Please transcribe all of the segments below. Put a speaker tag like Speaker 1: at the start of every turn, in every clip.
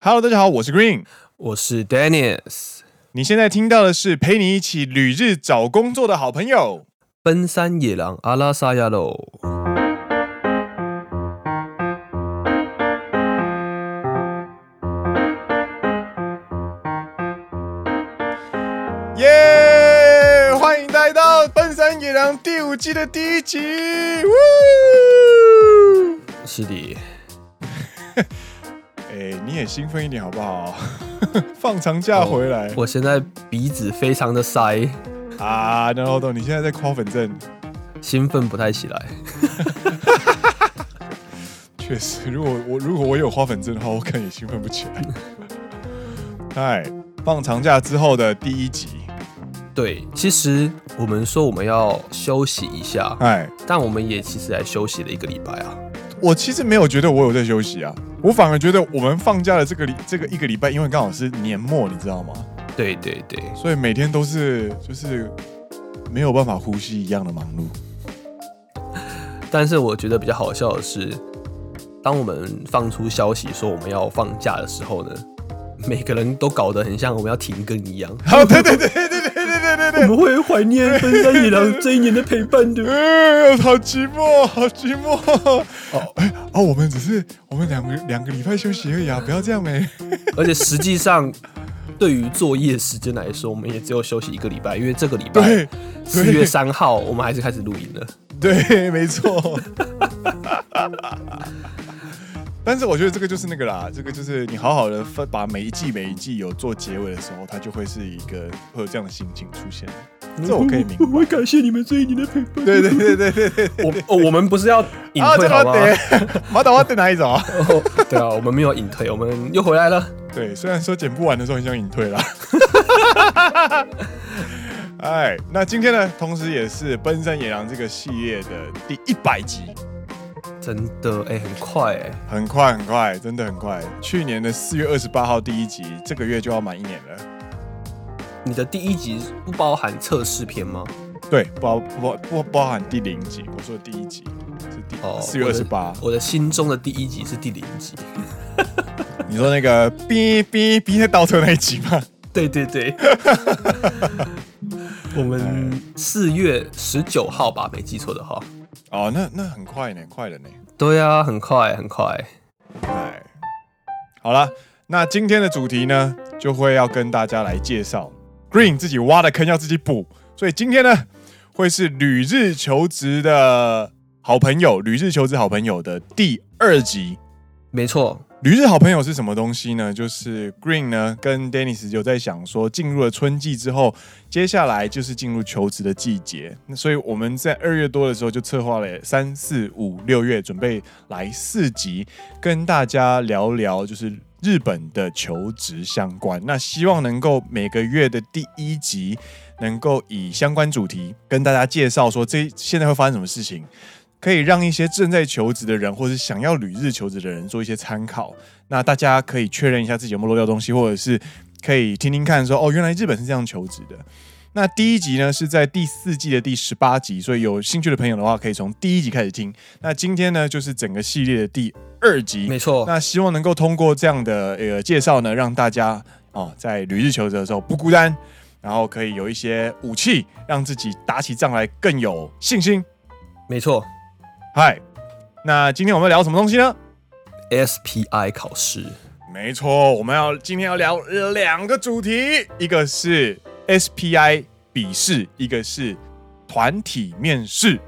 Speaker 1: Hello，大家好，我是 Green。
Speaker 2: 我是 Dennis，
Speaker 1: 你现在听到的是陪你一起旅日找工作的好朋友。
Speaker 2: 奔山野狼阿拉萨亚喽。
Speaker 1: 耶、欢迎来到《奔山野狼》第五季的第一集。呜！
Speaker 2: 是的，
Speaker 1: 哎、你也兴奋一点好不好？ 放长假回来、
Speaker 2: 我现在鼻子非常的塞，
Speaker 1: 啊，然后懂，你现在在夸粉症，
Speaker 2: 兴奋不太起来。
Speaker 1: 确实，如果我如果我有花粉症的话，我可能也兴奋不起来。嗨，放长假之后的第一集，
Speaker 2: 对，其实我们说我们要休息一下，
Speaker 1: 嗨，
Speaker 2: 但我们也其实还休息了一个礼拜啊。
Speaker 1: 我其实没有觉得我有在休息啊，我反而觉得我们放假的这个礼这个一个礼拜，因为刚好是年末，你知道吗？
Speaker 2: 对对对，
Speaker 1: 所以每天都是就是没有办法呼吸一样的忙碌。
Speaker 2: 但是我觉得比较好笑的是，当我们放出消息说我们要放假的时候呢，每个人都搞得很像我们要停更 一样。
Speaker 1: 好，对对对对对对对对
Speaker 2: 我
Speaker 1: 对，
Speaker 2: 们会怀念奔山野狼这一年的陪伴的。
Speaker 1: 嗯，好寂寞，好寂寞。
Speaker 2: 哦
Speaker 1: 哎哦，我们只是我们两个两个礼拜休息而已啊，不要这样哎、
Speaker 2: 而且实际上，对于作业时间来说，我们也只有休息一个礼拜，因为这个礼拜
Speaker 1: 对
Speaker 2: 四月三号，我们还是开始录音了。
Speaker 1: 对， 没错。但是我觉得这个就是那个啦，这个就是你好好的分把每一季每一季有做结尾的时候，它就会是一个会有这样的心情出现。这我可以明白。
Speaker 2: 我感谢你们这一年的陪伴。
Speaker 1: 对对对对对对。
Speaker 2: 我哦，我们不是要隐
Speaker 1: 啊，
Speaker 2: 退
Speaker 1: 这
Speaker 2: 好
Speaker 1: 个
Speaker 2: 吗？
Speaker 1: 得，马导要得哪一种啊？
Speaker 2: 哦对啊，我们没有隐退，我们又回来了。
Speaker 1: 对，虽然说剪不完的时候很想隐退啦。 哎，那今天呢，同时也是《奔山野狼》这个系列的第一百集。
Speaker 2: 真的，哎、很快哎、
Speaker 1: 很快很快，真的很快。去年的四月二十八号第一集，这个月就要满一年了。
Speaker 2: 你的第一集不包含测试篇吗？
Speaker 1: 对，不包不包不包含第零集，我说的第一集是第
Speaker 2: 哦，
Speaker 1: 四月二十八
Speaker 2: 我的。我的心中的第一集是第零集。
Speaker 1: 你说那个哔哔哔在倒车那一集吗？
Speaker 2: 对对 对，
Speaker 1: 哎
Speaker 2: 我们四月十九号吧，没记错的话。
Speaker 1: 哦，那那很快呢，快了呢。
Speaker 2: 对啊，很快很快。
Speaker 1: 哎，好了，那今天的主题呢，就会要跟大家来介绍 Green 自己挖的坑要自己补，所以今天呢，会是旅日求职的好朋友，旅日求职好朋友的第二集。
Speaker 2: 没错，
Speaker 1: 旅日好朋友是什么东西呢？就是 Green 呢跟 Dennis 有在想说，进入了春季之后，接下来就是进入求职的季节，那所以我们在二月多的时候就策划了三四五六月，准备来四集跟大家聊聊，就是日本的求职相关。那希望能够每个月的第一集，能够以相关主题跟大家介绍说这现在会发生什么事情，可以让一些正在求职的人，或是想要旅日求职的人做一些参考。那大家可以确认一下自己有没有漏掉东西，或者是可以听听看说哦，原来日本是这样求职的。那第一集呢是在第四季的第十八集，所以有兴趣的朋友的话，可以从第一集开始听。那今天呢就是整个系列的第二集，
Speaker 2: 没错。
Speaker 1: 那希望能够通过这样的呃介绍呢，让大家哦在旅日求职的时候不孤单，然后可以有一些武器，让自己打起仗来更有信心。
Speaker 2: 没错
Speaker 1: 嗨，那今天我们要聊什么东西呢？
Speaker 2: ，SPI 考试，
Speaker 1: 没错，我们要今天要聊两个主题，一个是 SPI 笔试，一个是团体面试。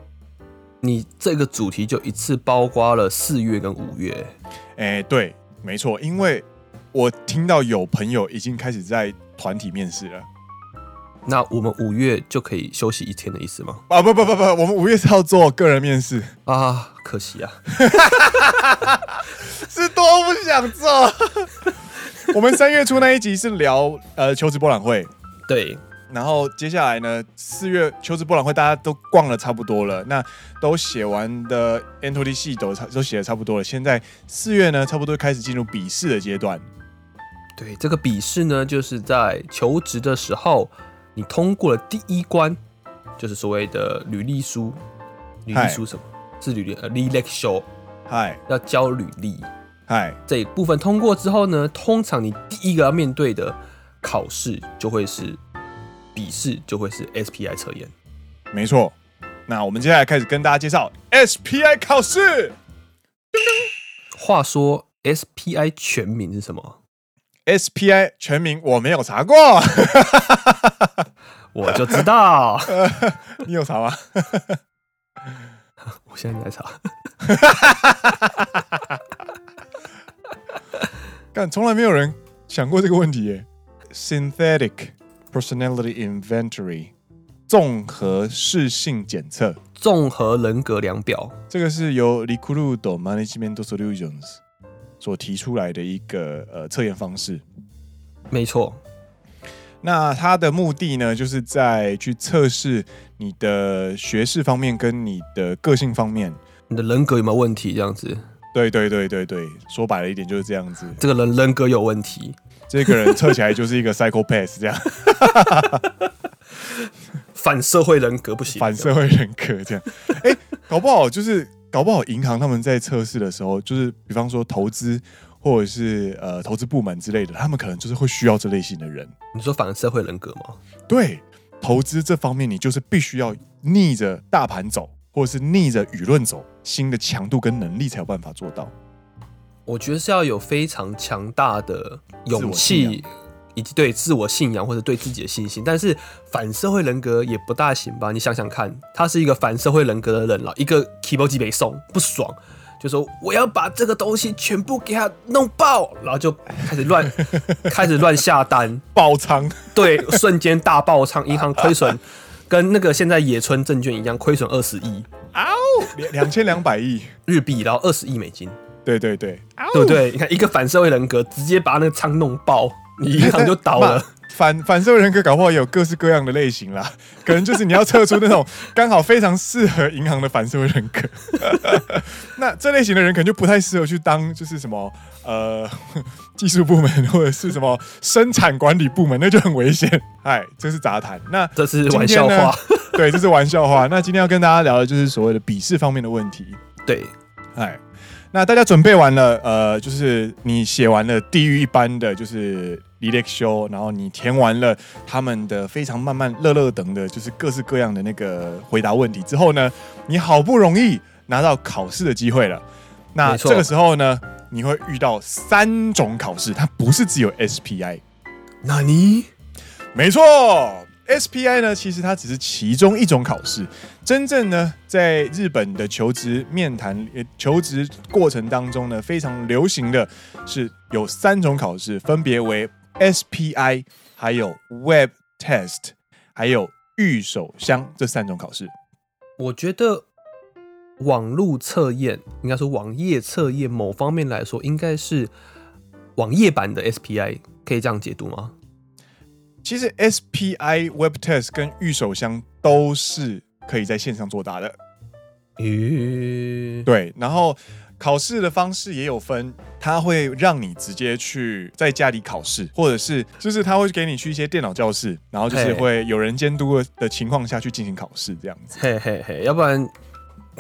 Speaker 2: 你这个主题就一次包括了四月跟五月。
Speaker 1: 哎，对，没错，因为我听到有朋友已经开始在团体面试了。
Speaker 2: 那我们五月就可以休息一天的意思吗？
Speaker 1: 啊不不不不，我们五月是要做个人面试，
Speaker 2: 啊，可惜啊，
Speaker 1: 是多不想做。 我们三月初那一集是聊呃求职博览会，
Speaker 2: 对，
Speaker 1: 然后接下来呢，四月求职博览会大家都逛了差不多了，那都写完的 NTD 系都差都写的差不多了。现在四月呢，差不多开始进入笔试的阶段。
Speaker 2: 对，这个笔试呢，就是在求职的时候，你通过了第一关，就是所谓的履历书。履历
Speaker 1: 嗨
Speaker 2: 书什么？是履历呃，履历 show
Speaker 1: 嗨，
Speaker 2: 要交履历。
Speaker 1: 嗨，
Speaker 2: 这一部分通过之后呢，通常你第一个要面对的考试就会是笔试，就会是 SPI 测验。
Speaker 1: 没错。那我们接下来开始跟大家介绍 SPI 考试。
Speaker 2: 话说 SPI 全名是什么？
Speaker 1: SPI 全名我没有查过，
Speaker 2: 我就知道，
Speaker 1: 你有查吗？
Speaker 2: 我现在来查。
Speaker 1: 但从来没有人想过这个问题耶。Synthetic Personality Inventory 综合适性检测，
Speaker 2: 综合人格量表，
Speaker 1: 这个是由 Recruit Management Solutions 所提出来的一个呃测验方式。
Speaker 2: 没错，
Speaker 1: 那它的目的呢，就是在去测试你的学识方面跟你的个性方面。
Speaker 2: 你的人格有没有问题？这样子，
Speaker 1: 对对对对对，说白了一点就是这样子。
Speaker 2: 这个人人格有问题，
Speaker 1: 这个人测起来就是一个 psychopath 这样。
Speaker 2: 反社会人格不行，
Speaker 1: 反社会人格 这样。哎、搞不好就是搞不好银行他们在测试的时候，就是比方说投资或者是呃投资部门之类的，他们可能就是会需要这类型的人。
Speaker 2: 你说反社会人格吗？
Speaker 1: 对，投资这方面你就是必须要逆着大盘走，或者是逆着舆论走，新的强度跟能力才有办法做到。
Speaker 2: 我觉得是要有非常强大的勇
Speaker 1: 自我信
Speaker 2: 气，以及对自我信仰或者对自己的信心。但是反社会人格也不大行吧？你想想看，他是一个反社会人格的人了，一个 keyboard 机被送不爽，就说我要把这个东西全部给他弄爆，然后就开 始乱开始乱下单，
Speaker 1: 爆仓，
Speaker 2: 对，瞬间大爆仓，银行亏损，跟那个现在野村证券一样亏损二十亿
Speaker 1: 嗷、两两千两百亿，
Speaker 2: 日币，然后二十亿美金。
Speaker 1: 对对对，嗷、
Speaker 2: 对不对？你看一个反社会人格直接把那个仓弄爆，你银行就倒了
Speaker 1: 嘛。。反反社会人格搞不好也有各式各样的类型啦， 可能就是你要测出那种刚好非常适合银行的反社会人格。 那这类型的人可能就不太适合去当就是什么呃 技术部门或者是什么生产管理部门，那就很危险。嗨，这是杂谈。 那
Speaker 2: 这是
Speaker 1: 今
Speaker 2: 玩
Speaker 1: 天
Speaker 2: 笑
Speaker 1: 呢
Speaker 2: 话。，
Speaker 1: 对，这是玩笑话。那今天要跟大家聊的就是所谓的笔试方面的问题。
Speaker 2: 对，
Speaker 1: 哎，那大家准备完了，呃，就是你写完了地狱一般的就是履历修，然后你填完了他们的非常慢慢乐乐等的，就是各式各样的那个回答问题之后呢，你好不容易拿到考试的机会了。那
Speaker 2: 没错
Speaker 1: 这个时候呢，你会遇到三种考试，它不是只有 SPI，
Speaker 2: 那你
Speaker 1: 没错，SPI 呢，其实它只是其中一种考试。真正呢，在日本的求职面谈、呃求职过程当中呢，非常流行的是有三种考试，分别为 SPI、还有 Web Test、还有预手箱这三种考试。
Speaker 2: 我觉得网络测验，应该说网页测验某方面来说，应该是网页版的 SPI，可以这样解读吗？
Speaker 1: 其实 SPI、Web Test 跟预手箱都是可以在线上作答的。
Speaker 2: 咦、
Speaker 1: 对，然后考试的方式也有分，它会让你直接去在家里考试，或者是就是他会给你去一些电脑教室，然后就是
Speaker 2: 嘿
Speaker 1: 会有人监督的的情况下去进行考试这样子。
Speaker 2: 嘿嘿嘿，要不然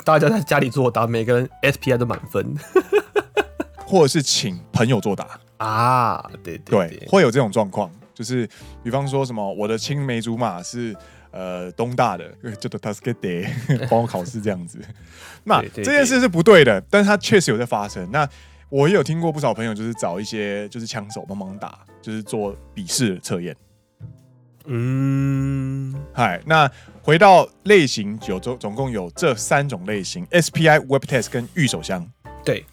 Speaker 2: 大家在家里作答，每个人 SPI 都满分
Speaker 1: 或者是请朋友作答，
Speaker 2: 啊！对
Speaker 1: 对，
Speaker 2: 对对，
Speaker 1: 会有这种状况，就是比方说什么我的青梅竹马是。呃，东大的 呃叫做 t a s k e t 帮我考试这样子，那
Speaker 2: 对对
Speaker 1: 这件事是不对的，但是它确实有在发生。那我也有听过不少朋友就是找一些就是枪手帮忙打，就是做笔试测验。
Speaker 2: 嗯，
Speaker 1: 嗨，那回到类型，有总总共有这三种类型：SPI、Web Test 跟预手箱。
Speaker 2: 对，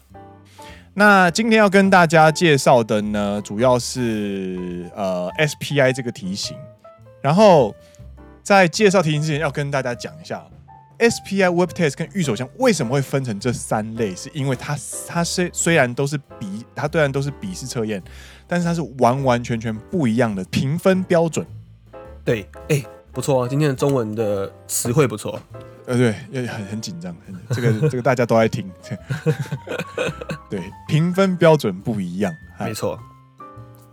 Speaker 1: 那今天要跟大家介绍的呢，主要是呃 SPI 这个题型。然后在介绍题型之前，要跟大家讲一下 SPI、Web Test 跟预手箱为什么会分成这三类，是因为它它虽虽然都是笔，它虽然都是笔试测验，但是它是完完全全不一样的评分标准。
Speaker 2: 对，哎、不错，今天的中文的词汇不错。
Speaker 1: 呃，对，也很很紧张，很这个这个大家都在听。 对，评分标准不一样。
Speaker 2: 没错，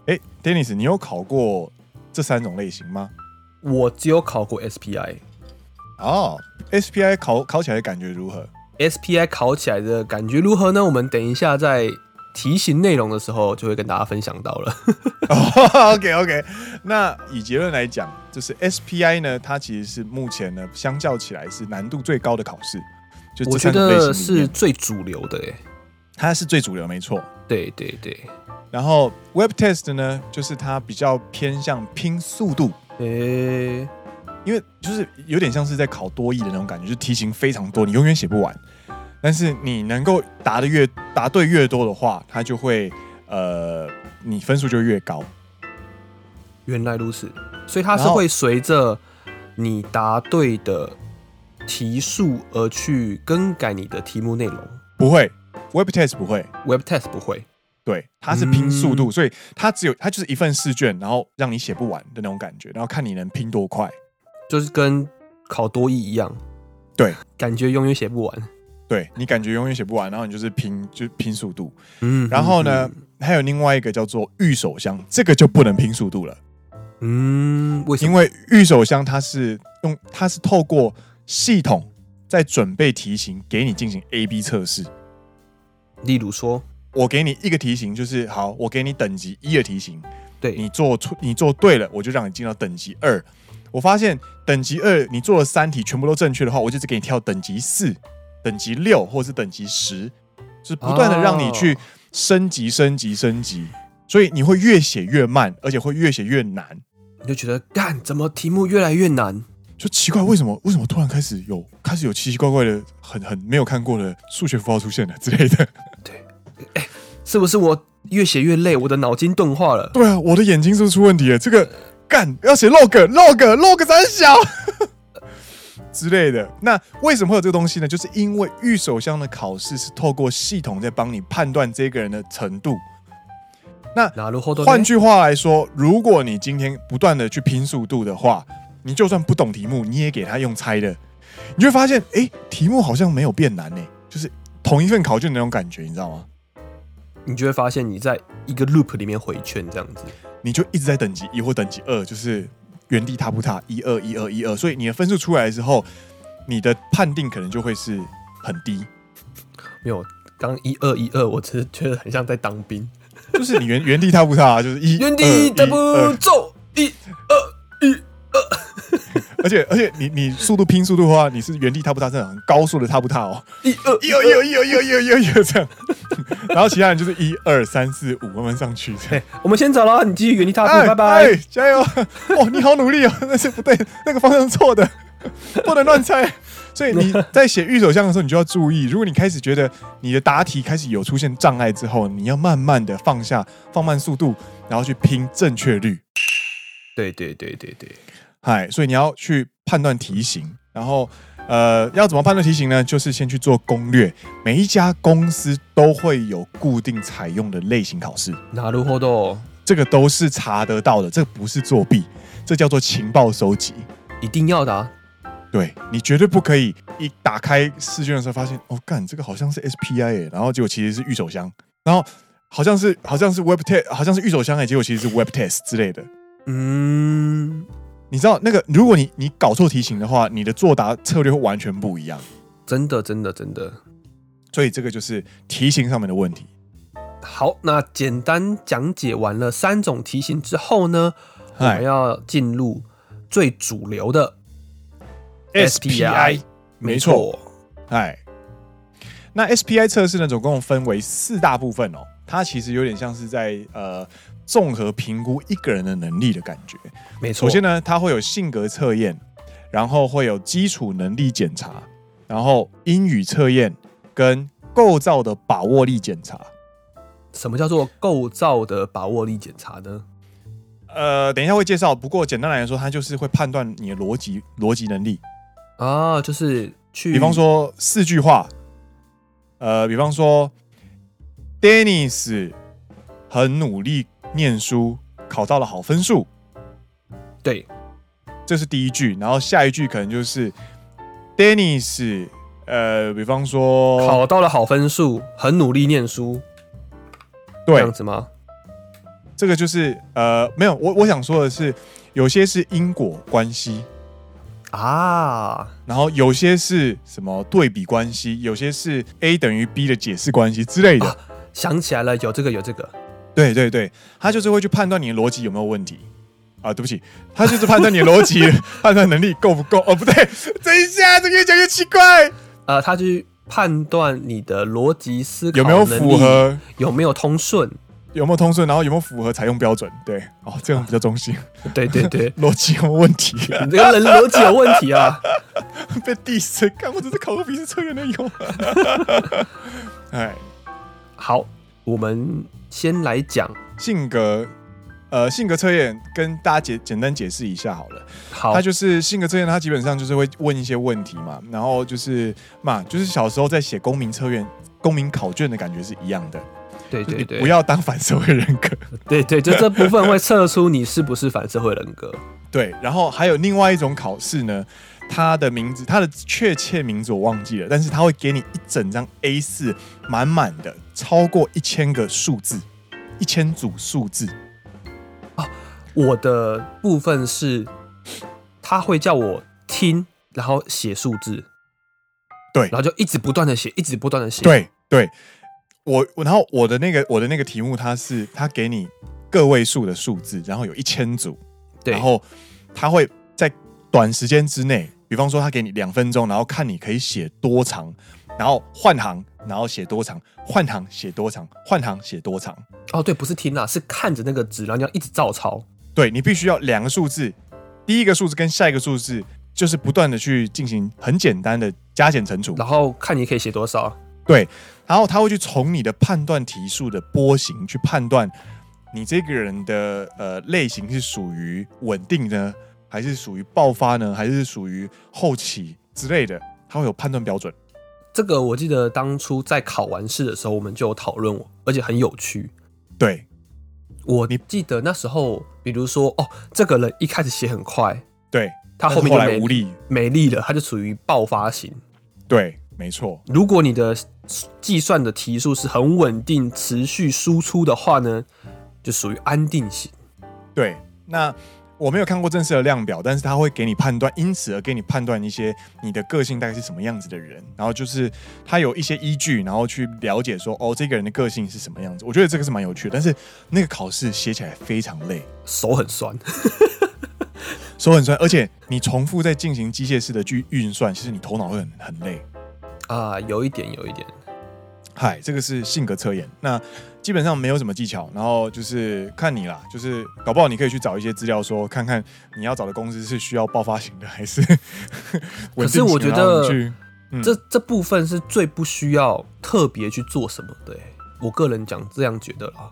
Speaker 1: 哎、d e n n i s 你有考过这三种类型吗？
Speaker 2: 我只有考过 SPI。
Speaker 1: 哦，SPI 考考起来的感觉如何？
Speaker 2: SPI 考起来的感觉如何呢？我们等一下再题型内容的时候，就会跟大家分享到了。
Speaker 1: OK OK，那以结论来讲，就是 SPI 呢，它其实是目前呢，相较起来是难度最高的考试，就
Speaker 2: 我
Speaker 1: 这三
Speaker 2: 觉
Speaker 1: 种类型
Speaker 2: 得
Speaker 1: 里
Speaker 2: 是
Speaker 1: 面
Speaker 2: 最主流的、欸，
Speaker 1: 它是最主流，没错。
Speaker 2: 对对对，
Speaker 1: 然后 Web Test 呢，就是它比较偏向拼速度，
Speaker 2: 诶、
Speaker 1: 因为就是有点像是在考多义的那种感觉，就是题型非常多，你永远写不完。但是你能够答的越答对越多的话，它就会呃，你分数就越高。
Speaker 2: 原来如此，所以它是
Speaker 1: 然后
Speaker 2: 会随着你答对的题数而去更改你的题目内容。
Speaker 1: 不会，Web Test 不会，
Speaker 2: Web Test 不会，
Speaker 1: 对，它是拼速度，
Speaker 2: 嗯
Speaker 1: 所以它只有它就是一份试卷，然后让你写不完的那种感觉，然后看你能拼多快。
Speaker 2: 就是跟考多义一样，
Speaker 1: 对，
Speaker 2: 感觉永远写不完。
Speaker 1: 对你感觉永远写不完，然后你就是拼就是拼速度。
Speaker 2: 嗯，
Speaker 1: 然后呢，还有另外一个叫做预手箱，这个就不能拼速度了，
Speaker 2: 嗯？嗯，为什
Speaker 1: 因
Speaker 2: 么？
Speaker 1: 为预手箱它是用它是透过系统在准备题型给你进行 A B 测试。
Speaker 2: 例如说，
Speaker 1: 我给你一个题型，就是好，我给你等级一的题型，
Speaker 2: 对，
Speaker 1: 你做错，你做对了，我就让你进到等级二。我发现等级二你做了三题全部都正确的话，我就只给你跳等级四、等级六或是等级十，就是不断的让你去
Speaker 2: 哦
Speaker 1: 升级、升级、升级。所以你会越写越慢，而且会越写越难。
Speaker 2: 你就觉得干怎么题目越来越难？
Speaker 1: 就奇怪，为什么为什么突然开始有开始有奇奇怪怪的、很很没有看过的数学符号出现了之类的？
Speaker 2: 是不是我越写越累，我的脑筋钝化了？
Speaker 1: 对啊，我的眼睛是不是出问题了？这个干要写 log log log 三小 之类的。那为什么会有这个东西呢？就是因为预手箱的考试是透过系统在帮你判断这个人的程度。
Speaker 2: 哪路后头？
Speaker 1: 换句话来说，如果你今天不断的去拼速度的话，你就算不懂题目，你也给他用猜的，你就会发现，哎、题目好像没有变难呢、就是同一份考卷的那种感觉，你知道吗？
Speaker 2: 你就会发现你在一个 loop 里面回圈这样子。
Speaker 1: 你就一直在等级一或等级二，就是原地踏步踏一二一二一二，所以你的分数出来之后，你的判定可能就会是很低，
Speaker 2: 没有，刚一二一二，我只是觉得很像在当兵，
Speaker 1: 就是你原原地踏步踏，就是一
Speaker 2: 原
Speaker 1: 二
Speaker 2: 地
Speaker 1: 一
Speaker 2: 踏步
Speaker 1: 二
Speaker 2: 走，一二一，
Speaker 1: 而且而且你你速度拼速度的话，你是原地踏步踏，这种很高速的踏步踏哦，
Speaker 2: 一二
Speaker 1: 一二一二一二一二一二一二一二这样，然后其他人就是一二三四五慢慢上去这样。
Speaker 2: 我们先走了，你继续原地踏
Speaker 1: 哎
Speaker 2: 步，拜
Speaker 1: 哎
Speaker 2: 拜。
Speaker 1: 加油！哦，你好努力哦，但是不对，那个方向错的，不能乱猜。所以你在写预手项的时候，你就要注意，如果你开始觉得你的答题开始有出现障碍之后，你要慢慢的放下，放慢速度，然后去拼正确率。
Speaker 2: 对对对对对，
Speaker 1: 嗨，所以你要去判断题型，然后呃，要怎么判断题型呢？就是先去做攻略，每一家公司都会有固定采用的类型考试。
Speaker 2: 哪路后头
Speaker 1: 这个都是查得到的，这不是作弊，这叫做情报收集。
Speaker 2: 一定要的、啊，
Speaker 1: 对你绝对不可以一打开试卷的时候发现，哦，干这个好像是 SPI，、欸、然后结果其实是预手箱，然后好像是好像是 Web Test，好像是预手箱哎、欸，结果其实是 Web Test 之类的。
Speaker 2: 嗯，
Speaker 1: 你知道那个，如果你你搞错题型的话，你的作答策略会完全不一样。
Speaker 2: 真的真的真的。
Speaker 1: 所以这个就是题型上面的问题。
Speaker 2: 好，那简单讲解完了三种题型之后呢，我
Speaker 1: 嗨
Speaker 2: 们要进入最主流的
Speaker 1: SPI 没错，哎，那 SPI 测试呢，总共分为四大部分哦。它其实有点像是在呃综合评估一个人的能力的感觉。
Speaker 2: 没
Speaker 1: 首
Speaker 2: 错。
Speaker 1: 先呢，它会有性格测验，然后会有基础能力检查，然后英语测验跟构造的把握力检查。
Speaker 2: 什么叫做构造的把握力检查呢？
Speaker 1: 呃，等一下会介绍，不过简单来说，它就是会判断你的逻辑逻辑能力。
Speaker 2: 啊，就是去，
Speaker 1: 比方说四句话，呃，比方说，Dennis 很努力念书，考到了好分数，
Speaker 2: 对，
Speaker 1: 这是第一句。然后下一句可能就是 Dennis，呃，比方说，
Speaker 2: 考到了好分数，很努力念书，这
Speaker 1: 对
Speaker 2: 样，子吗？
Speaker 1: 这个就是呃，没有，我我想说的是，有些是因果关系，
Speaker 2: 啊，
Speaker 1: 然后有些是什么对比关系，有些是 A 等于 B 的解释关系之类的。
Speaker 2: 想起来了，有这个有这个，
Speaker 1: 对对对，他就是会去判断你的逻辑有没有问题。啊，对不起，他就是判断你的逻 辑判断能力够不够。哦，不对，等一下，这越讲越奇怪，
Speaker 2: 呃，他去判断你的逻辑思考
Speaker 1: 有没有
Speaker 2: 能
Speaker 1: 符
Speaker 2: 力
Speaker 1: 合？
Speaker 2: 有没有通顺，
Speaker 1: 有没有通顺？然后有没有符合采用标准？对，哦，这样比较中性，。
Speaker 2: 对对对
Speaker 1: 逻辑有没有问题、
Speaker 2: 你这个人逻辑有问题啊！
Speaker 1: 被 diss，看我只是考个笔试测也能用。 哎，
Speaker 2: 好，我们先来讲，
Speaker 1: 性格，呃，性格测验跟大家解简单解释一下好了。
Speaker 2: 好
Speaker 1: 它，就是性格测验，它基本上就是会问一些问题嘛，然后就是嘛，就是小时候在写公民测验、公民考卷的感觉是一样的，
Speaker 2: 对
Speaker 1: 就是
Speaker 2: 对
Speaker 1: 你
Speaker 2: 对，
Speaker 1: 不要当反社会人格。
Speaker 2: 对对，就这部分会测出你是不是反社会人格。
Speaker 1: 对，然后还有另外一种考试呢，它的名字，它的确切名字我忘记了，但是它会给你一整张 A 四满满的，超过一千个数字，一千组数字。
Speaker 2: 我的部分是，他会叫我听，然后写数字，
Speaker 1: 对
Speaker 2: 然后就一直不断的写，一直不断的写。，
Speaker 1: 对对，我我然后我的那个我的那个题目，它是它给你个位数的数字，然后有一千组，
Speaker 2: 对
Speaker 1: 然后它会在短时间之内，比方说它给你两分钟，然后看你可以写多长，然后换行，然后写多长，换行写多长，换行写多长。
Speaker 2: 哦，对，不是听啦，是看着那个纸，然后你要一直照抄。
Speaker 1: 对你必须要两个数字，第一个数字跟下一个数字，就是不断的去进行很简单的加减乘除。
Speaker 2: 然后看你可以写多少。
Speaker 1: 对，然后他会去从你的判断题数的波形去判断你这个人的呃类型是属于稳定呢，还是属于爆发呢，还是属于后期之类的，他会有判断标准。
Speaker 2: 这个我记得当初在考完试的时候，我们就有讨论过，而且很有趣。
Speaker 1: 对
Speaker 2: 我
Speaker 1: 你
Speaker 2: 记得那时候，比如说哦，这个人一开始写很快，
Speaker 1: 对，
Speaker 2: 他
Speaker 1: 但是
Speaker 2: 后面
Speaker 1: 后
Speaker 2: 就
Speaker 1: 来
Speaker 2: 没
Speaker 1: 无力。
Speaker 2: 没力了，他就属于爆发型。
Speaker 1: 对，没错，
Speaker 2: 如果你的计算的题数是很稳定、持续输出的话呢，就属于安定型。
Speaker 1: 对。那我没有看过正式的量表，但是他会给你判断，因此而给你判断一些你的个性大概是什么样子的人，然后就是他有一些依据，然后去了解说哦，这个人的个性是什么样子。我觉得这个是蛮有趣的，但是那个考试写起来非常累，
Speaker 2: 手很酸，
Speaker 1: 手很酸，而且你重复在进行机械式的去运算，其实你头脑会很很累。
Speaker 2: 啊、有一点，有一点。
Speaker 1: 嗨，这个是性格测验，那基本上没有什么技巧，然后就是看你啦，就是搞不好你可以去找一些资料说，看看你要找的公司是需要爆发型的还是 稳定型的。
Speaker 2: 可是我觉得
Speaker 1: 然后你去嗯
Speaker 2: 这这部分是最不需要特别去做什么的、欸，我个人讲这样觉得啦。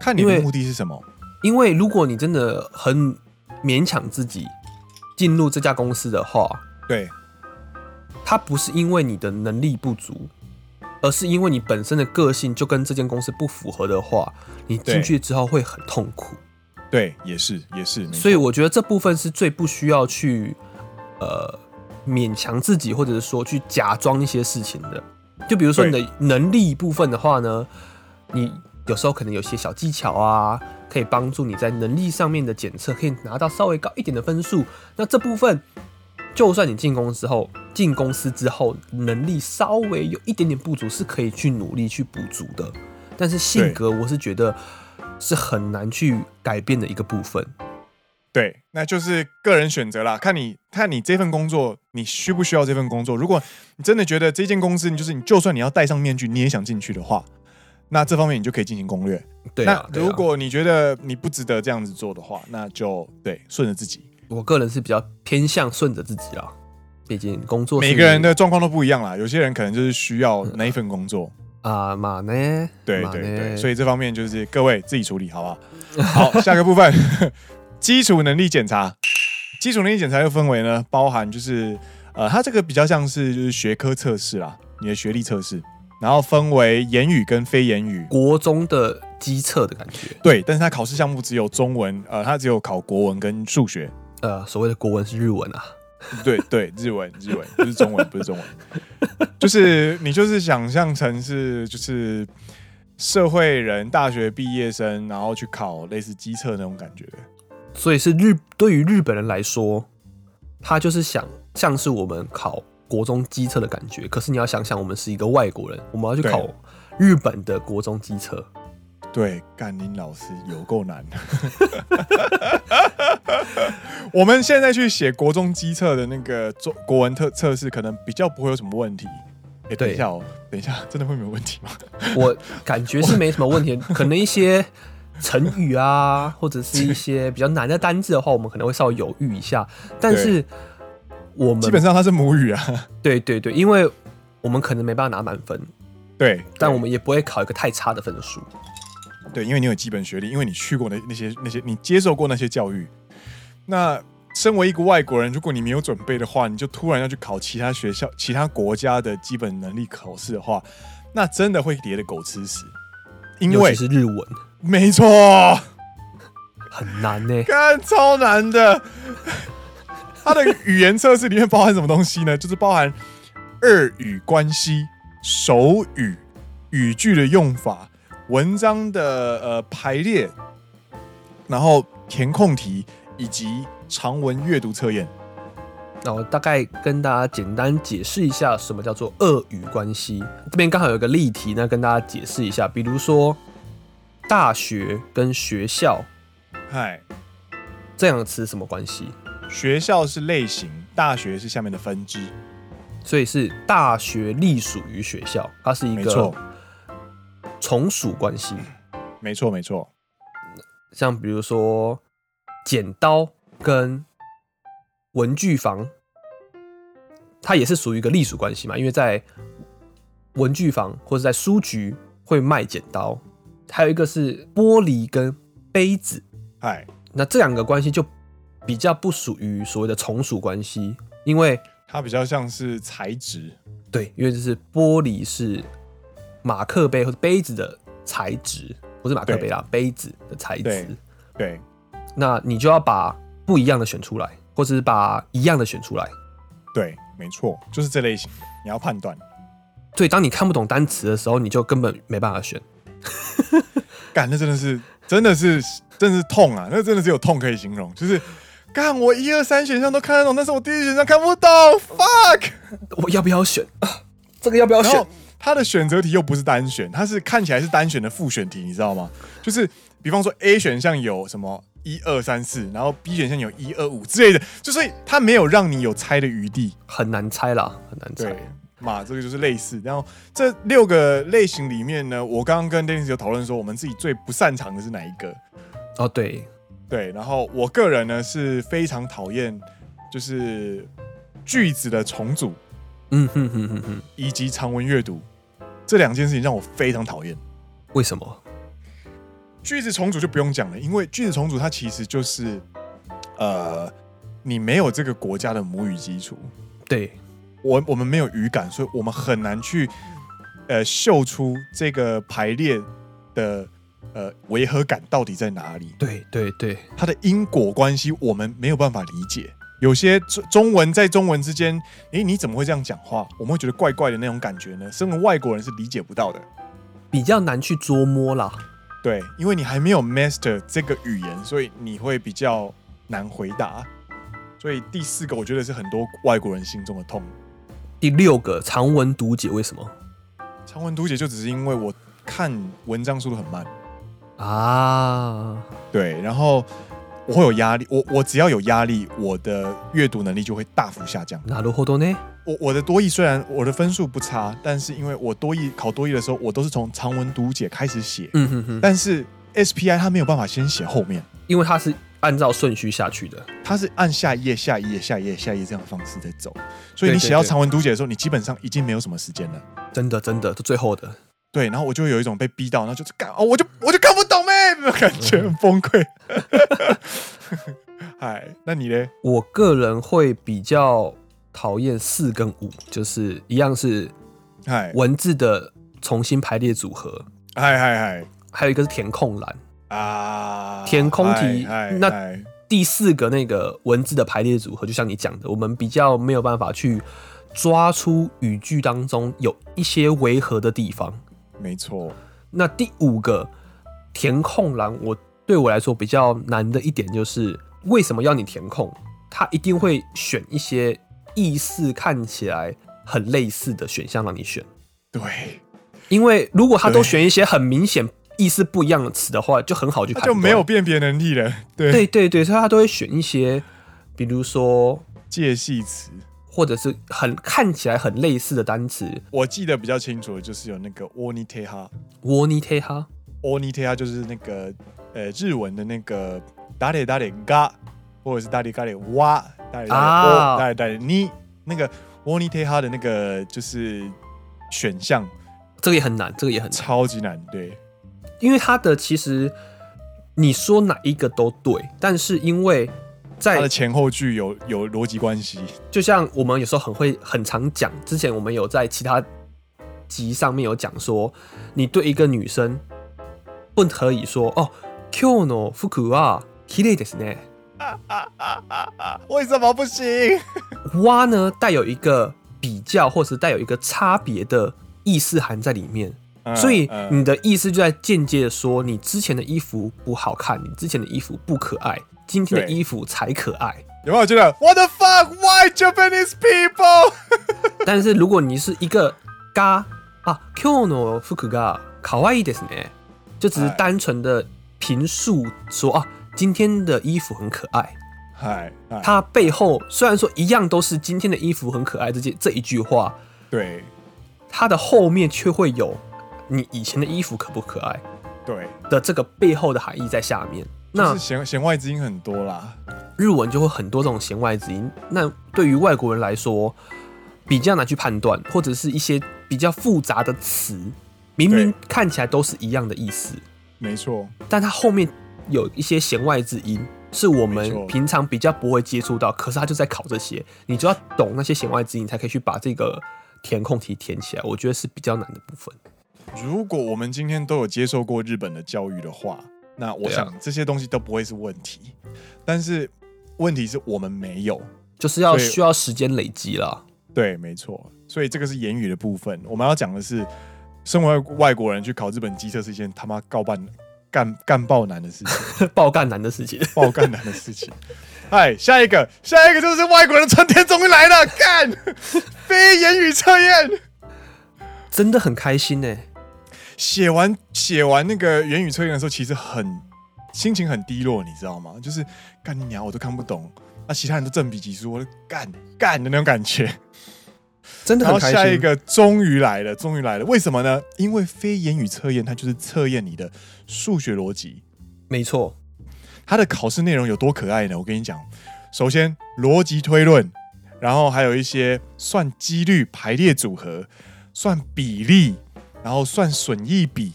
Speaker 1: 看你
Speaker 2: 因
Speaker 1: 的
Speaker 2: 为
Speaker 1: 目的是什么，
Speaker 2: 因为如果你真的很勉强自己进入这家公司的话，
Speaker 1: 对
Speaker 2: 它不是因为你的能力不足，而是因为你本身的个性就跟这间公司不符合的话，你进
Speaker 1: 对
Speaker 2: 去之后会很痛苦。
Speaker 1: 对，也是也是，没错
Speaker 2: 所以我觉得这部分是最不需要去呃勉强自己，或者是说去假装一些事情的。就比如说你
Speaker 1: 对
Speaker 2: 的能力部分的话呢，你有时候可能有些小技巧啊，可以帮助你在能力上面的检测，可以拿到稍微高一点的分数。那这部分，就算你进公司后，进公司之后能力稍微有一点点不足，是可以去努力去补足的。但是性
Speaker 1: 对
Speaker 2: 格，我是觉得是很难去改变的一个部分。
Speaker 1: 对，那就是个人选择啦，看你看你这份工作，你需不需要这份工作。如果你真的觉得这间公司，你就是你，就算你要戴上面具，你也想进去的话，那这方面你就可以进行攻略。
Speaker 2: 对啊，
Speaker 1: 那
Speaker 2: 对啊
Speaker 1: 如果你觉得你不值得这样子做的话，那就对顺着自己。
Speaker 2: 我个人是比较偏向顺着自己啦，毕竟工作是
Speaker 1: 每个人的状况都不一样啦，有些人可能就是需要那一份工 作，
Speaker 2: 啊嘛呢，
Speaker 1: 对
Speaker 2: 嘛
Speaker 1: 对
Speaker 2: 呢
Speaker 1: 对，所以这方面就是各位自己处理，好不好？ 好，下个部分基础能力检查。基础能力检查又分为呢，包含就是呃，它这个比较像是就是学科测试啦，你的学历测试，然后分为言语跟非言语。
Speaker 2: 国中的机测的感觉，
Speaker 1: 对，但是它考试项目只有中文，呃，它只有考国文跟数学。
Speaker 2: 呃，所谓的国文是日文啊，
Speaker 1: 对对，日文日文不是中文，不是中文，就是你就是想象成是就是社会人大学毕业生，然后去考类似机测那种感觉的。
Speaker 2: 所以是日对于日本人来说，他就是想像是我们考国中机测的感觉，可是你要想想，我们是一个外国人，我们要去
Speaker 1: 对
Speaker 2: 考日本的国中机车。
Speaker 1: 对，干林老师有够难。 我们现在去写国中机测的那个中国文特测试，可能比较不会有什么问题。哎、等一下哦，等一下，真的会没有问题吗？
Speaker 2: 我感觉是没什么问题，可能一些成语啊，或者是一些比较难的单字的话，我们可能会稍微犹豫一下。但是我们
Speaker 1: 基本上它是母语啊。
Speaker 2: 对对对，因为我们可能没办法拿满分，
Speaker 1: 对，
Speaker 2: 但我们也不会考一个太差的分数。
Speaker 1: 对，因为你有基本学历，因为你去过那那些那些，你接受过那些教育。那身为一个外国人，如果你没有准备的话，你就突然要去考其他学校、其他国家的基本能力考试的话，那真的会跌的狗吃屎。因
Speaker 2: 尤
Speaker 1: 为
Speaker 2: 其是日文
Speaker 1: 没错，
Speaker 2: 很难呢、
Speaker 1: 干超难的。它的语言测试里面包含什么东西呢？就是包含二语关系、手语、语句的用法、文章的呃排列，然后填空题以及长文阅读测验。
Speaker 2: 那我大概跟大家简单解释一下什么叫做恶语关系。这边刚好有个例题，那跟大家解释一下，比如说大学跟学校
Speaker 1: 嗨，
Speaker 2: 这两个词什么关系？
Speaker 1: 学校是类型，大学是下面的分支。
Speaker 2: 所以是大学隶属于学校，它是一
Speaker 1: 没
Speaker 2: 个
Speaker 1: 错，
Speaker 2: 从属关系。
Speaker 1: 没错，没错。
Speaker 2: 像比如说剪刀跟文具房，它也是属于一个隶属关系嘛，因为在文具房或者在书局会卖剪刀，还有一个是玻璃跟杯子，
Speaker 1: 嗨，
Speaker 2: 那这两个关系就比较不属于所谓的从属关系，因为
Speaker 1: 它比较像是材质。
Speaker 2: 对，因为就是玻璃是马克杯或者杯子的材质，不是马克杯啦，杯子的材质
Speaker 1: 对。对，
Speaker 2: 那你就要把不一样的选出来，或者是把一样的选出来。
Speaker 1: 对，没错，就是这类型的。你要判断。
Speaker 2: 所以当你看不懂单词的时候，你就根本没办法选。
Speaker 1: 干，那真的是，真的是，真的是痛啊！那真的只有痛可以形容。就是，干，我一二三选项都看得懂，但是我第一选项看不懂，fuck。
Speaker 2: 我要不要选？啊这个要不要
Speaker 1: 然
Speaker 2: 选
Speaker 1: 后？它的选择题又不是单选，它是看起来是单选的复选题，你知道吗？就是，比方说 A 选项有什么一二三四，然后 B 选项有一二五之类的，就所以它没有让你有猜的余地。
Speaker 2: 很难猜啦，很难
Speaker 1: 对
Speaker 2: 猜。，
Speaker 1: 嘛，这个就是类似。然后这六个类型里面呢，我刚刚跟 Dennis 有讨论说，我们自己最不擅长的是哪一个？
Speaker 2: 哦，对，
Speaker 1: 对，然后我个人呢是非常讨厌就是句子的重组
Speaker 2: 嗯哼哼哼哼，
Speaker 1: 以及长文阅读这两件事情让我非常讨厌。
Speaker 2: 为什么？
Speaker 1: 句子重组就不用讲了，因为句子重组它其实就是呃你没有这个国家的母语基础，
Speaker 2: 对，
Speaker 1: 我我们没有语感，所以我们很难去呃秀出这个排列的呃违和感到底在哪里。
Speaker 2: 对，对，对，
Speaker 1: 它的因果关系我们没有办法理解。有些中中文在中文之间，诶，你怎么会这样讲话？我们会觉得怪怪的那种感觉呢？身为外国人是理解不到的。
Speaker 2: 比较难去捉摸啦。
Speaker 1: 对，因为你还没有 master 这个语言，所以你会比较难回答。所以第四个，我觉得是很多外国人心中的痛。
Speaker 2: 第六个长文读解为什么
Speaker 1: 长文读解就只是因为我看文章速度很慢，
Speaker 2: 啊？
Speaker 1: 对，然后我会有压力，我我只要有压力，我的阅读能力就会大幅下降。
Speaker 2: なるほどね。
Speaker 1: 我我的多益虽然我的分数不差，但是因为我多益考多益的时候，我都是从长文读解开始写，
Speaker 2: 嗯哼哼，
Speaker 1: 但是 SPI 它没有办法先写后面，
Speaker 2: 因为它是按照顺序下去的。
Speaker 1: 它是按下一页、下一页、下一页、下一页这样的方式在走，所以你
Speaker 2: 对对
Speaker 1: 写到
Speaker 2: 对
Speaker 1: 长文读解的时候，你基本上已经没有什么时间了。
Speaker 2: 真的，真的，就最后的。
Speaker 1: 对，然后我就会有一种被逼到，然后就是干哦，我就我就看不懂呗，那种感觉很崩溃。嗨，那你嘞？
Speaker 2: 我个人会比较讨厌四跟五，就是一样是
Speaker 1: 嗨，
Speaker 2: 文字的重新排列组合，
Speaker 1: 嗨嗨
Speaker 2: 还有一个是填空栏。
Speaker 1: 嗨啊！
Speaker 2: 填空题
Speaker 1: 嗨嗨
Speaker 2: 那
Speaker 1: 嗨
Speaker 2: 第四个那个文字的排列组合，就像你讲的，我们比较没有办法去抓出语句当中有一些违和的地方。
Speaker 1: 没错，
Speaker 2: 那第五个填空栏，我对我来说比较难的一点就是，为什么要你填空？它一定会选一些意思看起来很类似的选项让你选。
Speaker 1: 对，
Speaker 2: 因为如果他都
Speaker 1: 对
Speaker 2: 选一些很明显意思不一样的词的话，就很好去
Speaker 1: 他
Speaker 2: 判
Speaker 1: 就
Speaker 2: 断。
Speaker 1: 没有辨别能 力了。对，
Speaker 2: 对对对，所以他都会选一些，比如说
Speaker 1: 介系词，
Speaker 2: 或者是很看起来很类似的单词，
Speaker 1: 我记得比较清楚的就是有那个 oni t e h a
Speaker 2: 窝尼贴哈，
Speaker 1: oni t e h a 就是那个呃日文的那个打点打点嘎，或者是打点打点哇，打点打
Speaker 2: 啊
Speaker 1: 点打点打点你那个 oni t e h a 的那个就是选项
Speaker 2: 这个也很难，这个也很难，
Speaker 1: 超级难，对，
Speaker 2: 因为它的其实你说哪一个都对，但是因为
Speaker 1: 它的
Speaker 2: 在
Speaker 1: 前后句有有逻辑关系，
Speaker 2: 就像我们有时候很会很常讲，之前我们有在其他集上面有讲说，你对一个女生不可以说哦，Q no fuku wa k i ですね。
Speaker 1: 为什么不行？
Speaker 2: 蛙呢带有一个比较或是带有一个差别的意思含在里面，
Speaker 1: 嗯
Speaker 2: 所以
Speaker 1: 嗯
Speaker 2: 你的意思就在间接的说，你之前的衣服不好看，你之前的衣服不可爱，今天的
Speaker 1: 对
Speaker 2: 衣服才可爱。
Speaker 1: 有没有觉得 What the fuck? Why Japanese people？
Speaker 2: 但是如果你是一个嘎啊，Q no fuku ga 卡哇伊ですね，就只是
Speaker 1: 哎
Speaker 2: 单纯的评述说啊，今天的衣服很可爱。
Speaker 1: 嗨，嗨
Speaker 2: 它背后虽然说一样都是今天的衣服很可爱这件这一句话，
Speaker 1: 对
Speaker 2: 它的后面却会有你以前的衣服可不可爱
Speaker 1: 对，
Speaker 2: 的这个背后的含义在下面。
Speaker 1: 就
Speaker 2: 那
Speaker 1: 是弦弦外之音很多啦。
Speaker 2: 日文就会很多这种弦外之音。那对于外国人来说，比较难去判断，或者是一些比较复杂的词，明明
Speaker 1: 对
Speaker 2: 看起来都是一样的意思，
Speaker 1: 没错，
Speaker 2: 但它后面有一些弦外之音，是我
Speaker 1: 没错
Speaker 2: 们平常比较不会接触到。可是它就在考这些，你就要懂那些弦外之音，才可以去把这个填空题填起来。我觉得是比较难的部分。
Speaker 1: 如果我们今天都有接受过日本的教育的话，那我
Speaker 2: 对啊
Speaker 1: 想这些东西都不会是问题。但是问题是我们没有，
Speaker 2: 就是要
Speaker 1: 所以
Speaker 2: 需要时间累积啦。
Speaker 1: 对，没错。所以这个是言语的部分，我们要讲的是，身为外国人去考日本机测是一件他妈告办干干爆难的事情，
Speaker 2: 爆干难的事情，
Speaker 1: 爆干难的事情。哎，下一个，下一个就是外国人春天终于来了，干 非言语测验。
Speaker 2: 真的很开心呢、欸
Speaker 1: 写完写完那个言语测验的时候，其实很心情很低落，你知道吗？就是干你娘，我都看不懂，那、其他人都正比级数，我就干干的那种感觉。
Speaker 2: 真的
Speaker 1: 然后
Speaker 2: 很开心。
Speaker 1: 下一个终于来了，终于来了，为什么呢？因为非言语测验它就是测验你的数学逻辑，
Speaker 2: 没错，
Speaker 1: 它的考试内容有多可爱呢？我跟你讲，首先逻辑推论，然后还有一些算几率排列组合、算比例，然后算损益比、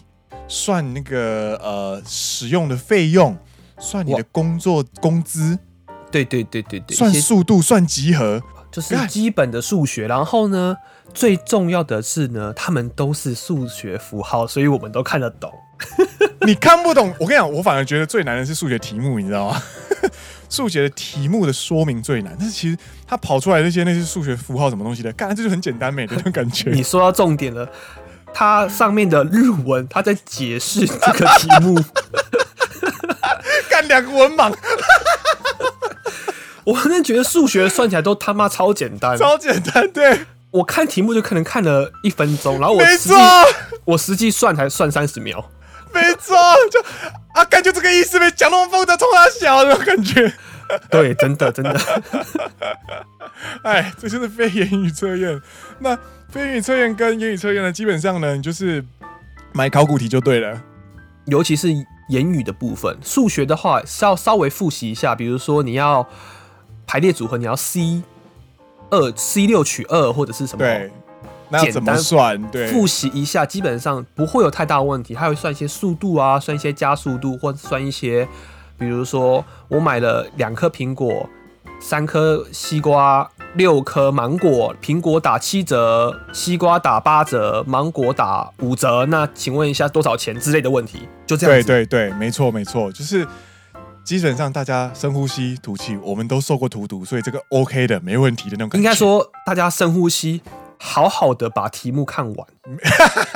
Speaker 1: 算那个呃使用的费用、算你的
Speaker 2: 哇
Speaker 1: 工作工资、
Speaker 2: 对对对对对，
Speaker 1: 算
Speaker 2: 一些
Speaker 1: 速度、算集合，
Speaker 2: 就是基本的数学。然后呢，最重要的是呢，他们都是数学符号，所以我们都看得懂。
Speaker 1: 你看不懂。我跟你讲，我反而觉得最难的是数学题目，你知道吗？ 数学的题目的说明最难，但是其实它跑出来的那些那些数学符号什么东西的，干这就很简单美的那种感觉。
Speaker 2: 你说到重点了，它上面的日文，它在解释这个题目，
Speaker 1: 干两个文 盲，
Speaker 2: 我真的觉得数学算起来都他妈超简单。
Speaker 1: 超简单，对，
Speaker 2: 我看题目就可能看了一分钟，然后我
Speaker 1: 没
Speaker 2: 实际
Speaker 1: 错，
Speaker 2: 我实际算才算三十秒。
Speaker 1: 没错，就啊，干就这个意思呗，讲那么复杂，冲他小那种感觉，
Speaker 2: 对，真的真的。
Speaker 1: 哎，这就是非言语测验。那非言语测验跟言语测验呢，基本上呢，你就是买考古题就对了，
Speaker 2: 尤其是言语的部分。数学的话是要稍微复习一下，比如说你要排列组合，你要 C 二 C 六取二或者是什么，
Speaker 1: 对，那要怎么算？对，
Speaker 2: 哦复习一下，基本上不会有太大问题。还会算一些速度啊，算一些加速度，或者算一些，比如说我买了两颗苹果，三颗西瓜。六颗芒果，苹果打七折，西瓜打八折，芒果打五折。那请问一下多少钱之类的问题？就这样
Speaker 1: 对
Speaker 2: 子。
Speaker 1: 对对，没错没错，就是基本上大家深呼吸吐气，我们都受过荼毒，所以这个 OK 的，没问题的那种感
Speaker 2: 应
Speaker 1: 觉。
Speaker 2: 该说，大家深呼吸，好好的把题目看完，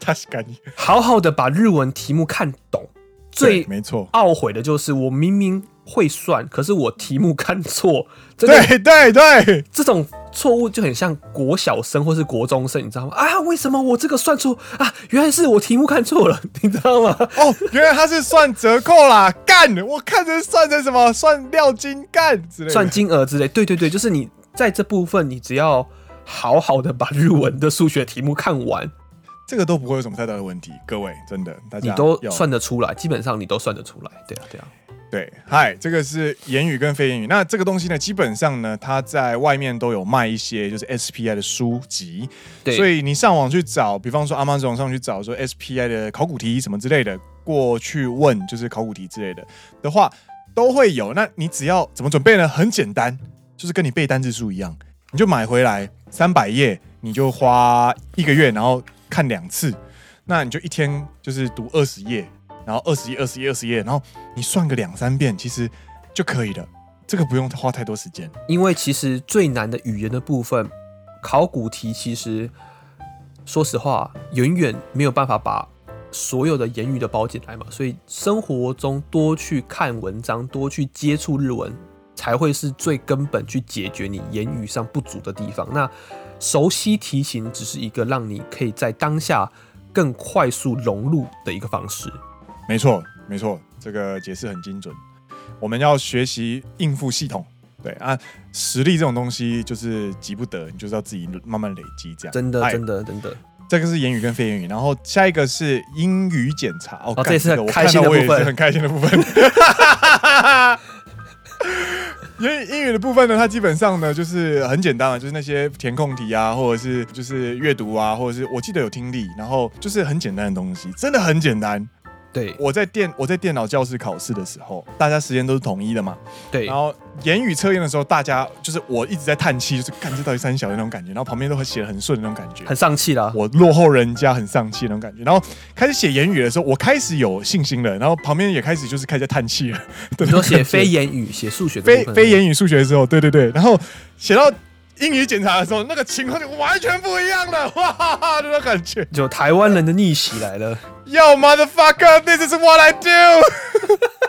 Speaker 1: 他是干你，
Speaker 2: 好好的把日文题目看懂。
Speaker 1: 对，
Speaker 2: 最
Speaker 1: 没错，
Speaker 2: 懊悔的就是，我明明会算，可是我题目看错，真的
Speaker 1: 对对对。
Speaker 2: 这种错误就很像国小生或是国中生，你知道吗？啊，为什么我这个算错啊？原来是我题目看错了， 你知道吗？
Speaker 1: 哦，原来他是算折扣啦！ 干，我看成算成什么？算料金干之类的。
Speaker 2: 算金额之类。对对对，就是你在这部分，你只要好好的把日文的数学题目看完，
Speaker 1: 这个都不会有什么太大的问题，各位真的，大家
Speaker 2: 你都
Speaker 1: 要
Speaker 2: 算得出来，基本上你都算得出来。对啊，对啊，
Speaker 1: 对。嗨，这个是言语跟非言语。那这个东西呢，基本上呢，它在外面都有卖一些就是 SPI 的书籍，
Speaker 2: 对
Speaker 1: 所以你上网去找，比方说 Amazon 上去找说 SPI 的考古题什么之类的，过去问就是考古题之类的的话，都会有。那你只要怎么准备呢？很简单，就是跟你背单字书一样，你就买回来三百页，你就花一个月，然后看两次，那你就一天就是读二十页，然后二十页、二十页、二十页，然后你算个两三遍，其实就可以了。这个不用花太多时间。
Speaker 2: 因为其实最难的语言的部分，考古题其实说实话远远没有办法把所有的言语的包进来嘛，所以生活中多去看文章，多去接触日文，才会是最根本去解决你言语上不足的地方。那熟悉题型只是一个让你可以在当下更快速融入的一个方式。
Speaker 1: 没错，没错，这个解释很精准。我们要学习应付系统，对啊，实力这种东西就是急不得，你就是要自己慢慢累积这样。
Speaker 2: 真的，
Speaker 1: 哎
Speaker 2: 真的，真的。
Speaker 1: 这个是言语跟非言语，然后下一个是英语检查。哦，
Speaker 2: 哦
Speaker 1: 干
Speaker 2: 这也是
Speaker 1: 个
Speaker 2: 很
Speaker 1: 我
Speaker 2: 开心的
Speaker 1: 看到我也
Speaker 2: 部分
Speaker 1: 是很开心的部分。 因为英语的部分呢，它基本上呢就是很简单啊，就是那些填空题啊，或者是就是阅读啊，或者是我记得有听力，然后就是很简单的东西，真的很简单。
Speaker 2: 对
Speaker 1: 我在电我在电脑教室考试的时候，大家时间都是统一的嘛，
Speaker 2: 对
Speaker 1: 然，后言语测验的时候，大家就是我一直在叹气，就是看这到底三小的那种感觉，然后旁边都会写的很顺的那种感觉，
Speaker 2: 很上气啦。
Speaker 1: 我落后人家很丧气那种感觉。然后开始写言语的时候，我开始有信心了，然后旁边也开始就是开始在叹气了。对
Speaker 2: 你说写非言语、写数学的
Speaker 1: 非
Speaker 2: 部分
Speaker 1: 非言语数学的时候，对对对，然后写到英语检查的时候，那个情况就完全不一样了，哇哈哈，那种感觉。
Speaker 2: 就台湾人的逆袭来 了。
Speaker 1: Yo motherfucker，this is what I do 。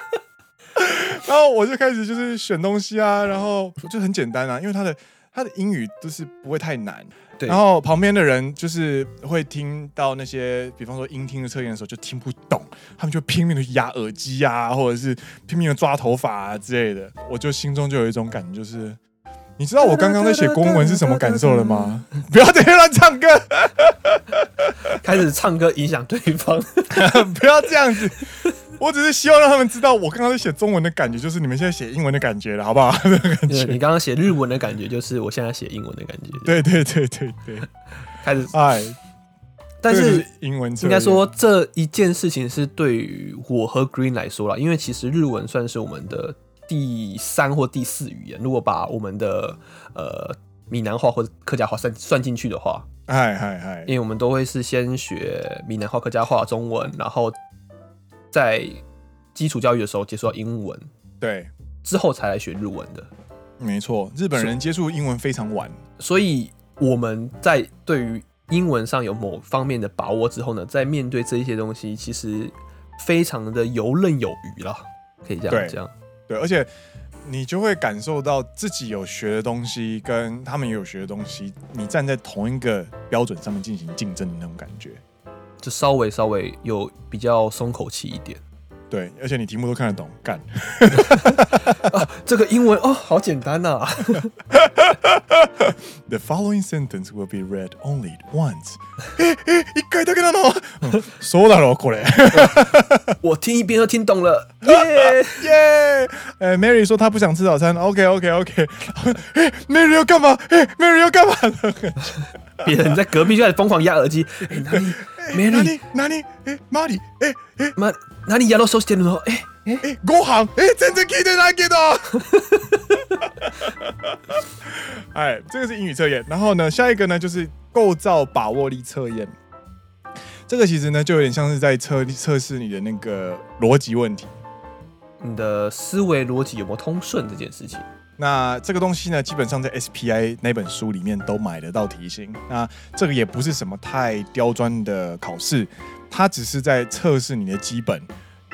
Speaker 1: 然后我就开始就是选东西啊，然后就很简单啊，因为他的他的英语就是不会太难，
Speaker 2: 对
Speaker 1: 然后旁边的人就是会听到那些，比方说音听的测验的时候就听不懂，他们就拼命的压耳机啊，或者是拼命的抓头发啊之类的。我就心中就有一种感觉，就是你知道我刚刚在写公文是什么感受了吗？不要在那边乱唱歌，
Speaker 2: 开始唱歌影响对方，
Speaker 1: 不要这样子。我只是希望让他们知道，我刚刚在写中文的感觉，就是你们现在写英文的感觉了，好不好？
Speaker 2: 对你刚刚写日文的感觉，就是我现在写英文的感觉。，
Speaker 1: 对对对对对，
Speaker 2: 开始，
Speaker 1: 哎，
Speaker 2: 但
Speaker 1: 这个
Speaker 2: 是
Speaker 1: 是英文测
Speaker 2: 应
Speaker 1: 验
Speaker 2: 该说这一件事情是对于我和 Green 来说啦，因为其实日文算是我们的第三或第四语言，如果把我们的呃闽南话或者客家话算算进去的话，
Speaker 1: 嗨嗨嗨
Speaker 2: 因，为我们都会是先学闽南话、客家话、中文，然后在基础教育的时候接触到英文，
Speaker 1: 对，
Speaker 2: 之后才来学日文的。
Speaker 1: 没错，日本人接触英文非常晚。
Speaker 2: 所以我们在对于英文上有某方面的把握之后呢，在面对这一些东西，其实非常的游刃有余啦，可以这
Speaker 1: 对
Speaker 2: 样讲。
Speaker 1: 对，而且你就会感受到自己有学的东西跟他们也有学的东西，你站在同一个标准上面进行竞争的那种感觉。
Speaker 2: 就稍微稍微有比较松口气一点，
Speaker 1: 对，而且你题目都看得懂，干。
Speaker 2: 这个英文哦，好简单呐、
Speaker 1: The following sentence will be read only once え。え一回だけなの？嗯そうだろうこれ。
Speaker 2: 我听一遍就听懂了，耶、
Speaker 1: 耶！呃，Mary 说她不想吃早餐。OK OK OK。哎，Mary 要干嘛？哎，Mary 要干嘛？
Speaker 2: 别人在隔壁就在疯狂压耳机，哎、哪 里
Speaker 1: 何
Speaker 2: Mary，
Speaker 1: 何？えマリ？ええ
Speaker 2: 妈，哪里压到手してるの？哎、哎、
Speaker 1: えご飯？え全然聞いてないけど。 哎，这个是英语测验。然后呢，下一个呢就是构造把握力测验。这个其实呢，就有点像是在测测试你的那个逻辑问题。
Speaker 2: 你的思维逻辑有没有通顺这件事情？
Speaker 1: 那这个东西呢，基本上在 SPI 那本书里面都买得到题型。那这个也不是什么太刁钻的考试，它只是在测试你的基本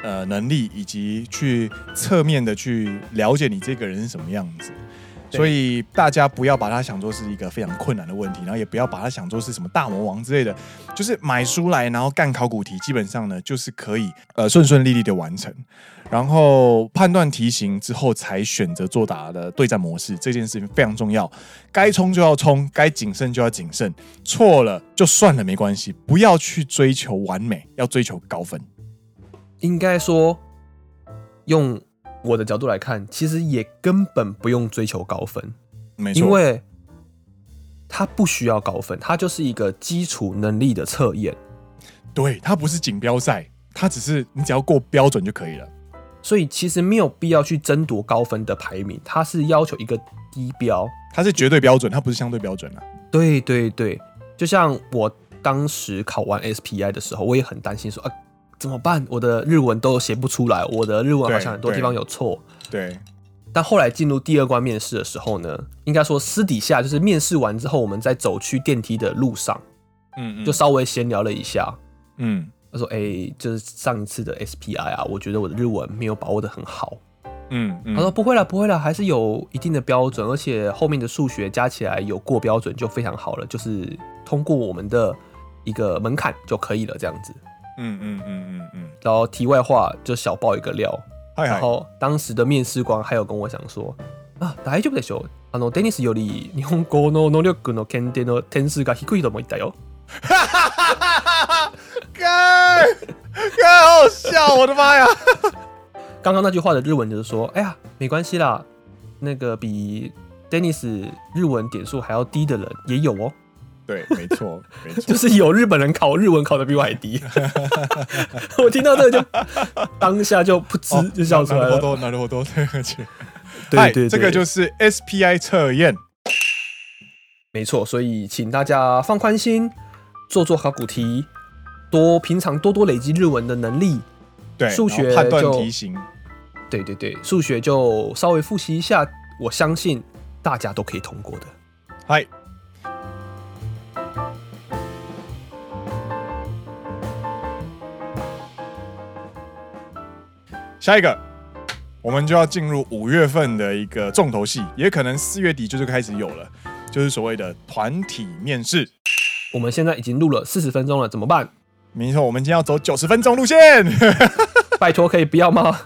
Speaker 1: 呃能力，以及去侧面的去了解你这个人是什么样子。
Speaker 2: 对
Speaker 1: 所以大家不要把它想作是一个非常困难的问题，然后也不要把它想作是什么大魔王之类的，就是买书来然后干考古题，基本上呢就是可以呃顺顺利利的完成，然后判断题型之后才选择作答的对战模式，这件事情非常重要。该冲就要冲，该谨慎就要谨慎，错了就算了，没关系，不要去追求完美，要追求高分。
Speaker 2: 应该说，用我的角度来看，其实也根本不用追求高分，
Speaker 1: 没错，
Speaker 2: 因为它不需要高分，它就是一个基础能力的测验。
Speaker 1: 对它不是锦标赛，它只是你只要过标准就可以了。
Speaker 2: 所以其实没有必要去争夺高分的排名，它是要求一个低标。
Speaker 1: 它是绝对标准，它不是相对标准啊。
Speaker 2: 对对对，就像我当时考完 SPI 的时候，我也很担心说啊怎么办？我的日文都写不出来，我的日文好像很多
Speaker 1: 对
Speaker 2: 地方有错。
Speaker 1: 对，
Speaker 2: 但后来进入第二关面试的时候呢，应该说私底下就是面试完之后，我们在走去电梯的路上，
Speaker 1: 嗯
Speaker 2: 就稍微闲聊了一下。
Speaker 1: 嗯
Speaker 2: 他说：“哎、就是上一次的 SPI 啊，我觉得我的日文没有把握的很好。
Speaker 1: 嗯嗯，
Speaker 2: 他说：“不会啦，不会啦，还是有一定的标准，而且后面的数学加起来有过标准就非常好了，就是通过我们的一个门槛就可以了，这样子。
Speaker 1: 嗯嗯嗯嗯嗯，”
Speaker 2: 然后题外话就小爆一个料，
Speaker 1: 嗨
Speaker 2: 然
Speaker 1: 嗨，
Speaker 2: 后当时的面试官还有跟我讲说：“啊，大丈夫でしょう。あのデニスより日本語の能力の検定の点数が低いとも言ったよ。
Speaker 1: 干干好笑，我的妈呀！”
Speaker 2: 刚刚那句话的日文就是说：“哎呀，没关系啦，那个比 Dennis 日文点数还要低的人也有哦。”
Speaker 1: 对，没错，没错，
Speaker 2: 就是有日本人考日文考的比我 还低，我听到这个就当下就噗嗤就笑出来
Speaker 1: 哦拿
Speaker 2: 了。
Speaker 1: 多，拿多多，对不 起。
Speaker 2: 对对，
Speaker 1: 嗨这
Speaker 2: 对
Speaker 1: 个就是 SPI 测验。
Speaker 2: 没错，所以请大家放宽心，做做考古题，多平常多多累积日文的能力。
Speaker 1: 对，
Speaker 2: 数学
Speaker 1: 然后判断
Speaker 2: 就
Speaker 1: 题型，
Speaker 2: 对对对，数学就稍微复习一下，我相信大家都可以通过的。
Speaker 1: 嗨，下一个，我们就要进入五月份的一个重头戏，也可能四月底就是开始有了，就是所谓的团体面试。
Speaker 2: 我们现在已经录了四十分钟了，怎么办？
Speaker 1: 没错，我们今天要走九十分钟路线，
Speaker 2: 拜托可以不要吗？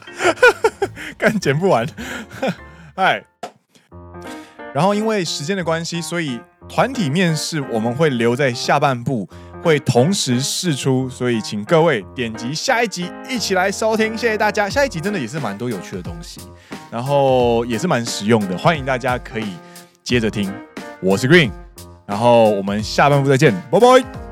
Speaker 1: 干剪不完。嗨，然后因为时间的关系，所以团体面试我们会留在下半部，会同时试出，所以请各位点击下一集一起来收听，谢谢大家。下一集真的也是蛮多有趣的东西，然后也是蛮实用的，欢迎大家可以接着听。我是 Green，然后我们下半部再见，拜拜。